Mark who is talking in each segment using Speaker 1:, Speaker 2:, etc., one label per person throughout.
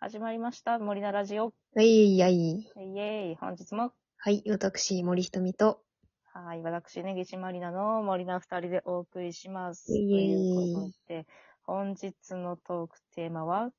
Speaker 1: 始まりました。森菜ラジオ。
Speaker 2: はい、はい。
Speaker 1: イエーイ。本日も、
Speaker 2: はい、私、森ひとみと。
Speaker 1: はい、私、根岸まりなの森菜二人でお送りします。と
Speaker 2: イエー
Speaker 1: いう
Speaker 2: イ
Speaker 1: ことで、本日のトークテーマは、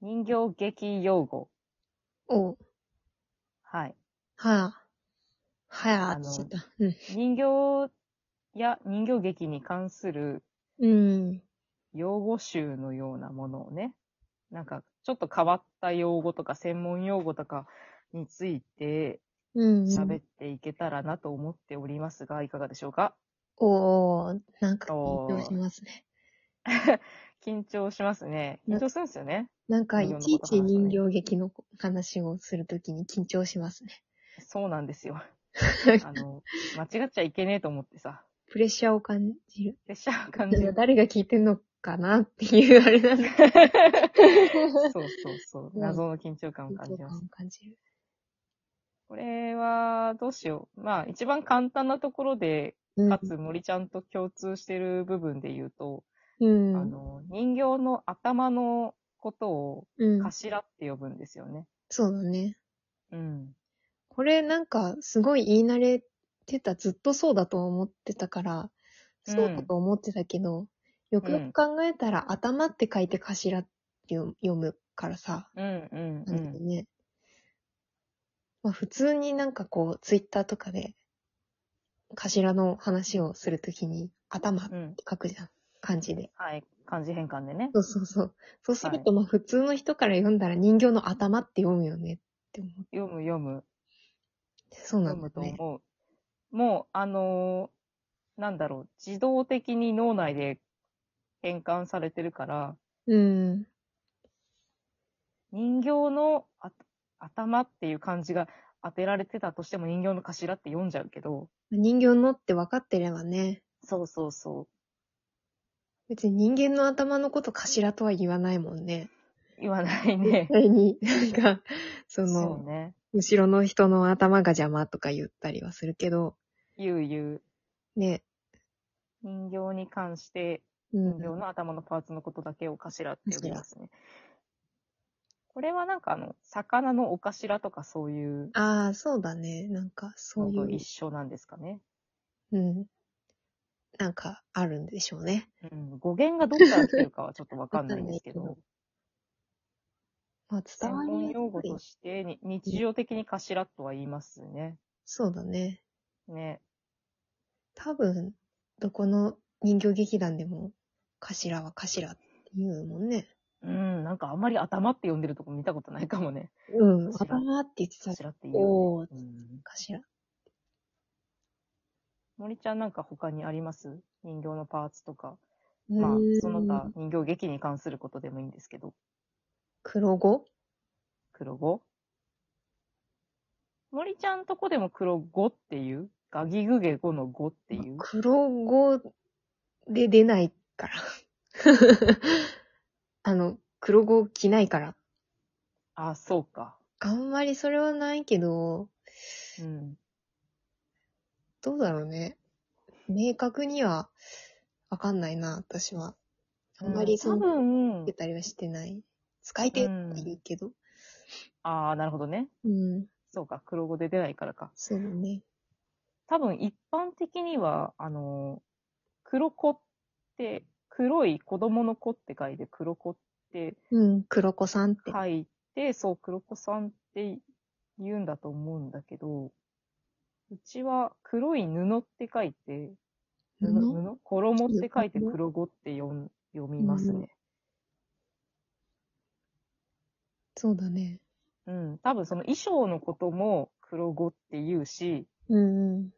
Speaker 1: 人形劇用語。
Speaker 2: お、
Speaker 1: はい。
Speaker 2: はぁ、は
Speaker 1: あ
Speaker 2: ぁ、
Speaker 1: の
Speaker 2: って言っちゃった。うん。
Speaker 1: 人形や人形劇に関する
Speaker 2: うん。
Speaker 1: 用語集のようなものをね、なんか、ちょっと変わった用語とか専門用語とかについて
Speaker 2: うん。
Speaker 1: 喋っていけたらなと思っておりますが、いかがでしょうか
Speaker 2: おー、なんか
Speaker 1: おー
Speaker 2: 緊張しますね。
Speaker 1: 緊張しますね。
Speaker 2: な
Speaker 1: 緊張するんですよね。
Speaker 2: なんか、い
Speaker 1: 人形のこと話
Speaker 2: ちいち
Speaker 1: すね
Speaker 2: 人形劇の話をするときに緊張しますね。
Speaker 1: そうなんです よ。あの、間違っちゃいけねえと思ってさ、
Speaker 2: プレッシャーを感じる。
Speaker 1: プレッシャーを感じ
Speaker 2: でも
Speaker 1: る。
Speaker 2: 誰が聞いてんのかなっていうあれなんだ。
Speaker 1: そうそうそう。
Speaker 2: うん
Speaker 1: 謎の緊張感を
Speaker 2: 緊
Speaker 1: 感
Speaker 2: 張
Speaker 1: じます
Speaker 2: 感。を感じる。
Speaker 1: これは、どうしよう。まあ、一番簡単なところで、
Speaker 2: うん
Speaker 1: かつ森ちゃんと共通してる部分で言うと、
Speaker 2: う
Speaker 1: あ
Speaker 2: ん。
Speaker 1: の、人形の頭のことを
Speaker 2: うん。
Speaker 1: 頭って呼ぶんですよね。
Speaker 2: そうだね。
Speaker 1: うん。
Speaker 2: これなんか、すごい言い慣れてた、ずっとそうだと思ってたから、
Speaker 1: うん
Speaker 2: そうだと思ってたけど、よくよく考えたら、頭って書いて頭って読むからさ、
Speaker 1: うんうんう
Speaker 2: なんだよ
Speaker 1: ん。
Speaker 2: ね。まあ普通になんかこう、ツイッターとかで、頭の話をするときに、頭っ
Speaker 1: う
Speaker 2: て
Speaker 1: ん。
Speaker 2: 書くじゃん。漢字で。
Speaker 1: はい。漢字変換でね。
Speaker 2: そうそうそう。そうすると、まあ普通の人から読んだら人形の頭って読むよねって思って。
Speaker 1: 読む読む。
Speaker 2: そうな
Speaker 1: 読
Speaker 2: んだ
Speaker 1: む
Speaker 2: ね。
Speaker 1: と思う。もう、あのーなんだろう、自動的に脳内で変換されてるから、
Speaker 2: うん。
Speaker 1: 人形のあ頭っていう漢字が当てられてたとしても人形の頭って読んじゃうけど、
Speaker 2: 人形のって分かってればね、
Speaker 1: そうそうそ
Speaker 2: 別に人間の頭のこと頭とは言わないもん ね。
Speaker 1: う。言わないね
Speaker 2: そ。れに、なんか、その、
Speaker 1: そうね。
Speaker 2: 後ろの人の頭が邪魔とか言ったりはするけど、
Speaker 1: 言う言う。
Speaker 2: ね、
Speaker 1: 人形に関して、
Speaker 2: う
Speaker 1: 人形
Speaker 2: ん。
Speaker 1: の頭のパーツのことだけを頭って呼びますね。これはなんかあの、魚のお頭とかそういう
Speaker 2: ああ、そうだね。なんか、そう
Speaker 1: のと
Speaker 2: い
Speaker 1: 一
Speaker 2: う、
Speaker 1: 緒なんですかね。
Speaker 2: うん。なんか、あるんでしょうね。
Speaker 1: うん、語源がどっから来てるかはちょっとわかんないんですけ
Speaker 2: わかん
Speaker 1: ど、
Speaker 2: まあ、
Speaker 1: 専
Speaker 2: 伝わり
Speaker 1: 門
Speaker 2: や
Speaker 1: 用語
Speaker 2: すい
Speaker 1: と。してに日常的に頭とは言いますね。
Speaker 2: そうだね。
Speaker 1: ね。
Speaker 2: 多分、どこの人形劇団でも、頭は頭って言うもんね。
Speaker 1: うん、なんかあんまり頭って呼んでるとこ見たことないかもね。
Speaker 2: うん。
Speaker 1: 頭
Speaker 2: 頭って言ってた。
Speaker 1: 頭って言うよ
Speaker 2: おー、
Speaker 1: ね、うん。
Speaker 2: 頭。
Speaker 1: 森ちゃんなんか他にあります人形のパーツとか。まあ
Speaker 2: うー、ん
Speaker 1: その他人形劇に関することでもいいんですけど、
Speaker 2: 黒語
Speaker 1: 黒語森ちゃんとこでも黒語っていうガギグゲ語の語っていう
Speaker 2: 黒語で出ないから。 あの、黒語着ないから。
Speaker 1: あ、そうか。
Speaker 2: あんまりそれはないけど、
Speaker 1: うん。
Speaker 2: どうだろうね。明確にはわかんないな、私は。あんまりそ
Speaker 1: 多
Speaker 2: の、
Speaker 1: 分
Speaker 2: 出、たりはしてない。使い手って言うけど。
Speaker 1: ああ、なるほどね。
Speaker 2: うん、
Speaker 1: そうか、黒語で出ないからか。
Speaker 2: そうだね。
Speaker 1: 多分一般的には、あのー、黒子って、黒い子供の子って書いて、黒子って
Speaker 2: うん、黒子さんって。
Speaker 1: 書いて、そう、黒子さんって言うんだと思うんだけど、うちは黒い布って書いて、布
Speaker 2: 布
Speaker 1: 布衣って書いて黒子って読ん読みますね。
Speaker 2: そうだね。
Speaker 1: うん。多分その衣装のことも黒子って言うし、
Speaker 2: うん、うん。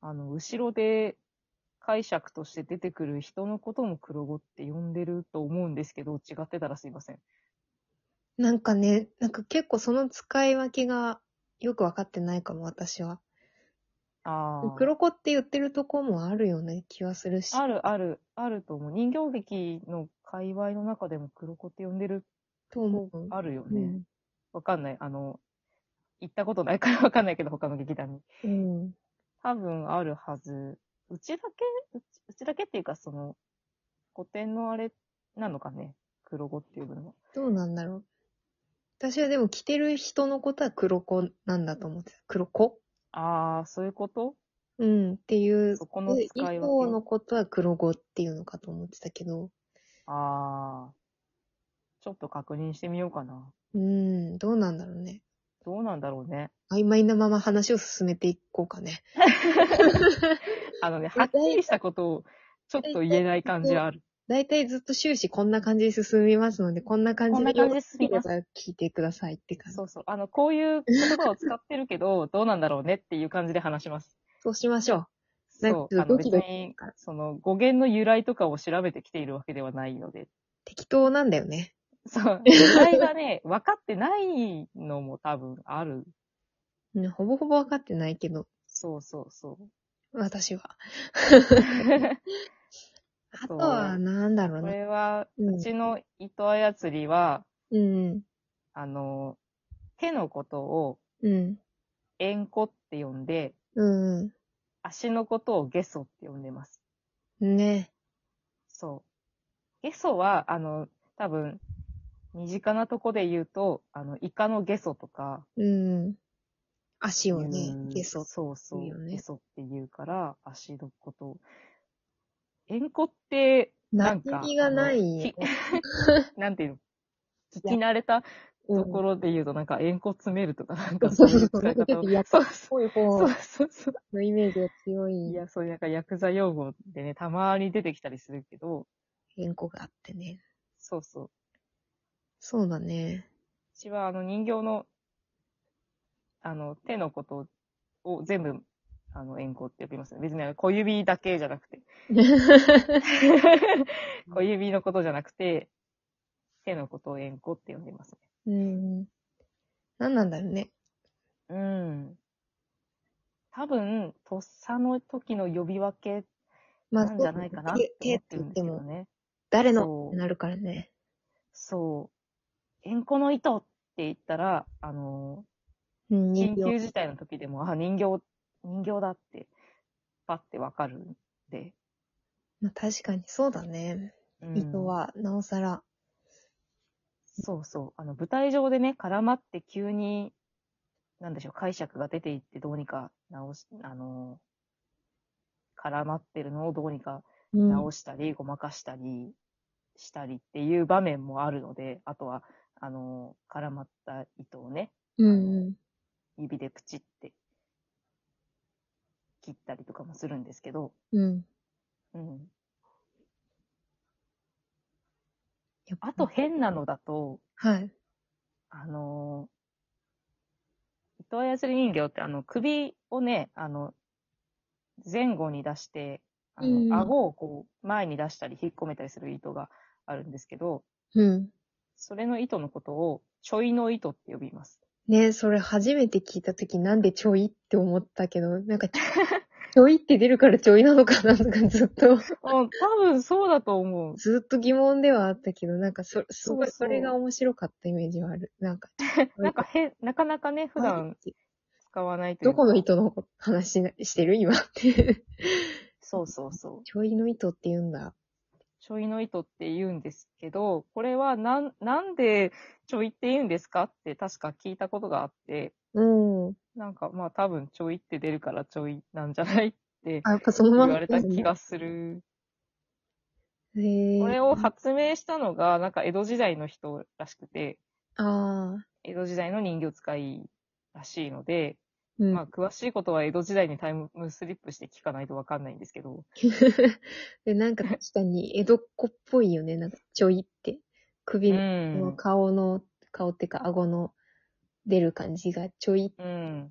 Speaker 1: あの、後ろで解釈として出てくる人のことも黒語って呼んでると思うんですけど、違ってたらすいません。
Speaker 2: なんかね、なんか結構その使い分けがよくわかってないかも、私は。
Speaker 1: ああ。
Speaker 2: 黒子って言ってるとこもあるよね、気はするし。
Speaker 1: あるある、あると思う。人形劇の界隈の中でも黒子って呼んでる
Speaker 2: と
Speaker 1: と
Speaker 2: 思
Speaker 1: こ
Speaker 2: う。
Speaker 1: あるよ
Speaker 2: う
Speaker 1: ね。
Speaker 2: ん。
Speaker 1: わ、かんない。あの、行ったことないからわかんないけど、他の劇団に。
Speaker 2: うん。
Speaker 1: 多分あるはず。うちだけうちうちだけっていうか、その、古典のあれなのかね。黒子って呼ぶのは。
Speaker 2: どうなんだろう。私はでも着てる人のことは黒子なんだと思ってた。黒子
Speaker 1: ああ、そういうこと
Speaker 2: うん。っていう、
Speaker 1: そこの使い分け
Speaker 2: 以降のことは黒子っていうのかと思ってたけど、
Speaker 1: ああ。ちょっと確認してみようかな。
Speaker 2: うん、どうなんだろうね。
Speaker 1: どうなんだろうね。
Speaker 2: 曖昧なまま話を進めていこうかね。
Speaker 1: あのね、はっきりしたことをちょっと言えない感じはある。
Speaker 2: だいたいずっと終始こんな感じで進みますので、こんな感じ
Speaker 1: こんな
Speaker 2: で
Speaker 1: 感じで進みます
Speaker 2: よろしければ聞いてくださいって感じ。
Speaker 1: そうそう。あの、こういう言葉を使ってるけ ど、どうなんだろうねっていう感じで話します。
Speaker 2: そうしましょなんか
Speaker 1: そう。あの、
Speaker 2: ドキ
Speaker 1: 別
Speaker 2: ドキ
Speaker 1: に、その語源の由来とかを調べてきているわけではないので。
Speaker 2: う。適当なんだよね。
Speaker 1: そう。由来がね、分かってないのも多分ある。
Speaker 2: うんほぼほぼ分かってないけど、
Speaker 1: そうそうそう。
Speaker 2: 私は。あ
Speaker 1: そ
Speaker 2: と
Speaker 1: う
Speaker 2: は、なんだろう
Speaker 1: こ
Speaker 2: ね。
Speaker 1: れは、
Speaker 2: うん
Speaker 1: うちの糸あやつりは、
Speaker 2: うん。
Speaker 1: あの、手のことを
Speaker 2: うん。
Speaker 1: 縁故って呼んで、
Speaker 2: う
Speaker 1: 足のことをゲソって呼んでます。
Speaker 2: ん。ね。
Speaker 1: そう。ゲソは、あの、多分、身近なとこで言うと、あの、イカのゲソとか、
Speaker 2: うん。足を
Speaker 1: う
Speaker 2: ね
Speaker 1: ん、
Speaker 2: ゲソ。
Speaker 1: そうそ
Speaker 2: 言うよ
Speaker 1: う。
Speaker 2: ね
Speaker 1: ゲソって言うから、足のこと。縁故って、なんか
Speaker 2: 馴染みがないよね
Speaker 1: あ のきなんていうの聞き慣れたとこ
Speaker 2: ろ。
Speaker 1: ろで言うと、なんか、円弧詰めるとか、なんか、
Speaker 2: そ
Speaker 1: そうう
Speaker 2: そう
Speaker 1: い使
Speaker 2: そうう。ないんかち
Speaker 1: 方
Speaker 2: ょっ
Speaker 1: を
Speaker 2: と。やっ
Speaker 1: そう
Speaker 2: ぽい方
Speaker 1: そうそうそう。
Speaker 2: のイメージが強
Speaker 1: い
Speaker 2: い
Speaker 1: や、そういうなんか、ヤクザ用語でね、たまに出てきたりするけど、
Speaker 2: 変更があってね。
Speaker 1: そうそう。う
Speaker 2: そう だね。
Speaker 1: ちは、あの、人形の、あの、手のことを全部、あの、円弧って呼びますね。別に、あの小指だけじゃなく て。小指のことじゃなくて、手のことを円弧って呼んでますね。
Speaker 2: うん。何なんだろうね。
Speaker 1: うん。多分、とっさの時の呼び分け
Speaker 2: まあ、
Speaker 1: なんじゃないかなって
Speaker 2: 手手
Speaker 1: 思っ
Speaker 2: っ
Speaker 1: てて
Speaker 2: 言
Speaker 1: るんですけど
Speaker 2: っても、
Speaker 1: ね。
Speaker 2: 誰の
Speaker 1: そう
Speaker 2: ってなるからね。
Speaker 1: そう。円弧の糸って言ったら、あの、
Speaker 2: うん、人
Speaker 1: 緊急
Speaker 2: 形。
Speaker 1: 事態の時でも、あ、人形、人形だって、パってわかるんで。
Speaker 2: まあ、確かにそうだね。
Speaker 1: うん
Speaker 2: 糸。は、なおさら。
Speaker 1: そうそう。あの、舞台上でね、絡まって急に、なんでしょう、解釈が出ていって、どうにか直し、あの、絡まってるのをどうにか
Speaker 2: うん
Speaker 1: 直したり、ごまかしたりしたりっていう場面もあるので、あとは、あの、絡まった糸をね、
Speaker 2: うんうん。
Speaker 1: 指でプチって切ったりとかもするんですけど、
Speaker 2: うん。
Speaker 1: うん。
Speaker 2: やっぱ
Speaker 1: あと、変なのだと、
Speaker 2: はい。
Speaker 1: あのー、糸あやすり人形ってあの首をね、あの、前後に出して、あの、
Speaker 2: うん
Speaker 1: 顎をこう前に出したり引っ込めたりする糸があるんですけど、
Speaker 2: うん。
Speaker 1: それの糸のことをちょいの糸って呼びます。
Speaker 2: ねそれ初めて聞いたときなんでちょいって思ったけど、 なんかちょ、ちょいって出るからちょいなのかなとか ずっと、
Speaker 1: うん、多分そうだと思う。
Speaker 2: ずっと疑問ではあったけど、なんかそ、すご
Speaker 1: そう
Speaker 2: い、
Speaker 1: そ
Speaker 2: そうれが面白かったイメージはある。なんか、
Speaker 1: なんかへ、なかなかね、普段使わないという
Speaker 2: ど
Speaker 1: か
Speaker 2: この糸の話しなしてる今って。
Speaker 1: そうそうそう。
Speaker 2: ちょいの糸って言うんだ。
Speaker 1: ちょいの糸って言うんですけど、これはなん、なんでちょいって言うんですかって確か聞いたことがあって、
Speaker 2: うん。
Speaker 1: なんかまあ多分ちょいって出るからちょいなんじゃないって
Speaker 2: あ、やっぱその
Speaker 1: 言
Speaker 2: まま。
Speaker 1: われた気がする。
Speaker 2: へー。
Speaker 1: これを発明したのがなんか江戸時代の人らしくて、
Speaker 2: ああ。
Speaker 1: 江戸時代の人形使いらしいので、
Speaker 2: うん。
Speaker 1: まあ詳しいことは江戸時代にタイムスリップして聞かないとわかんないんですけど、
Speaker 2: で、なんか確かに江戸っ子っぽいよね。なんかちょいって。首
Speaker 1: う
Speaker 2: の
Speaker 1: ん。
Speaker 2: 顔の、顔っていうか顎の出る感じがちょい。
Speaker 1: うん。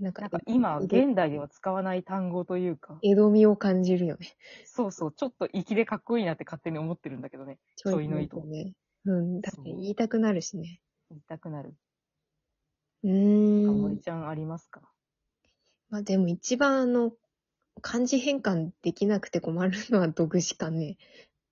Speaker 2: なんか
Speaker 1: なんか今、
Speaker 2: 江戸
Speaker 1: 現代では使わない単語というか、
Speaker 2: 江戸味を感じるよね。
Speaker 1: そうそう、ちょっと粋でかっこいいなって勝手に思ってるんだけどね。
Speaker 2: ちょいの
Speaker 1: ちょ
Speaker 2: 糸ね。うん。だって言いたくなるしね。
Speaker 1: 言いたくなる。
Speaker 2: うー
Speaker 1: か
Speaker 2: ん
Speaker 1: もり。ちゃんありますか
Speaker 2: まあでも一番あの、漢字変換できなくて困るのは毒し かね。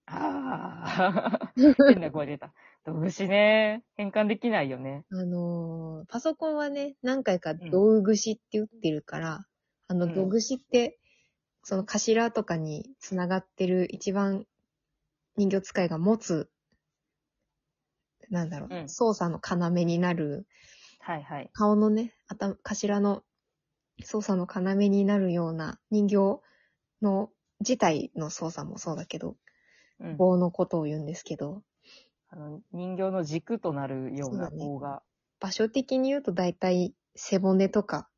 Speaker 1: ああ、 変な声出た。毒しね。変換できないよね。
Speaker 2: あのーパソコンはね、何回か
Speaker 1: ん
Speaker 2: 道具しって打ってるから、
Speaker 1: う
Speaker 2: あの、
Speaker 1: ん
Speaker 2: 道具しって、その頭とかにつながってる一番人形使いが持つなんだろう、
Speaker 1: うん
Speaker 2: 操作の要になる、
Speaker 1: はいはい。
Speaker 2: 顔のね、頭、頭の操作の要になるような人形の自体の操作もそうだけど、
Speaker 1: うん、
Speaker 2: 棒のことを言うんですけど、
Speaker 1: あの人形の軸となるような
Speaker 2: そうだね
Speaker 1: 棒が、
Speaker 2: 場所的に言うと大体背骨とか、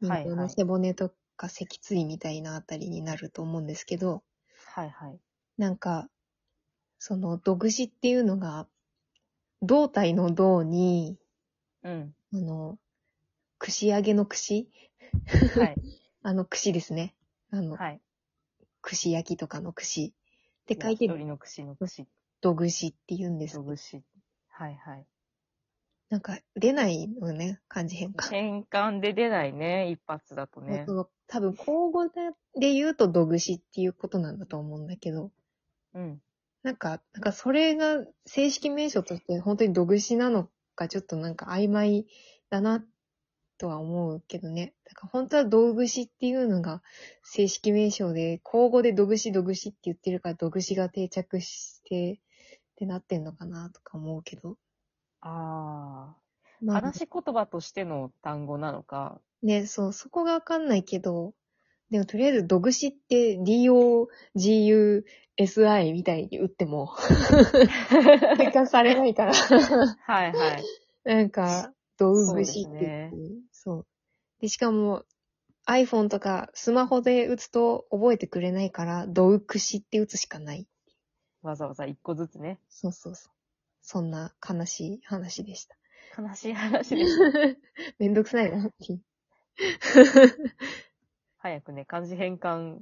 Speaker 2: 人
Speaker 1: はいはい
Speaker 2: 形の背骨とか脊椎みたいなあたりになると思うんですけど、
Speaker 1: はいはい。
Speaker 2: なんか、その、独自っていうのが、胴体の胴に、
Speaker 1: うん。
Speaker 2: あの、串上げの串
Speaker 1: はい。
Speaker 2: あの、串ですね。あの、
Speaker 1: はい。
Speaker 2: 串焼きとかの串。って書いて
Speaker 1: 一、人の串の串、
Speaker 2: 土串って言うんです
Speaker 1: の。串。はいはい。
Speaker 2: なんか、出ないのね、漢字変換。
Speaker 1: 変換で出ないね、一発だとね
Speaker 2: そ。の多分、口語でで言うと土串っていうことなんだと思うんだけど、
Speaker 1: うん。
Speaker 2: なんか、なんかそれが正式名称として本当に土串なのか、ちょっとなんか曖昧だなとは思うけどね。だから本当は土串っていうのが正式名称で、口語で土串土串って言ってるから土串が定着して、ってなってんのかなとか思うけど。
Speaker 1: ああ。
Speaker 2: まあ、
Speaker 1: 話し言葉としての単語なの か。
Speaker 2: ね、そう、そこがわかんないけど、でもとりあえず土串って DOGUSI みたいに打っても、 追加されないから。
Speaker 1: はいはい。
Speaker 2: なんか、ドウグシっ
Speaker 1: そうです
Speaker 2: て言
Speaker 1: ね
Speaker 2: って、そう。で、しかも、iPhone とかスマホで打つと覚えてくれないから、ドウクシって打つしかない。
Speaker 1: わざわざ一個ずつね。
Speaker 2: そうそうそう。そんな悲しい話 でした。
Speaker 1: 悲しい話です。
Speaker 2: めんどくさいなっ ていう
Speaker 1: 早くね、漢字変換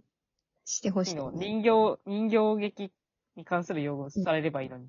Speaker 2: してほしい
Speaker 1: 機
Speaker 2: ね、
Speaker 1: 能、人形、人形劇に関する用語されればいいのに。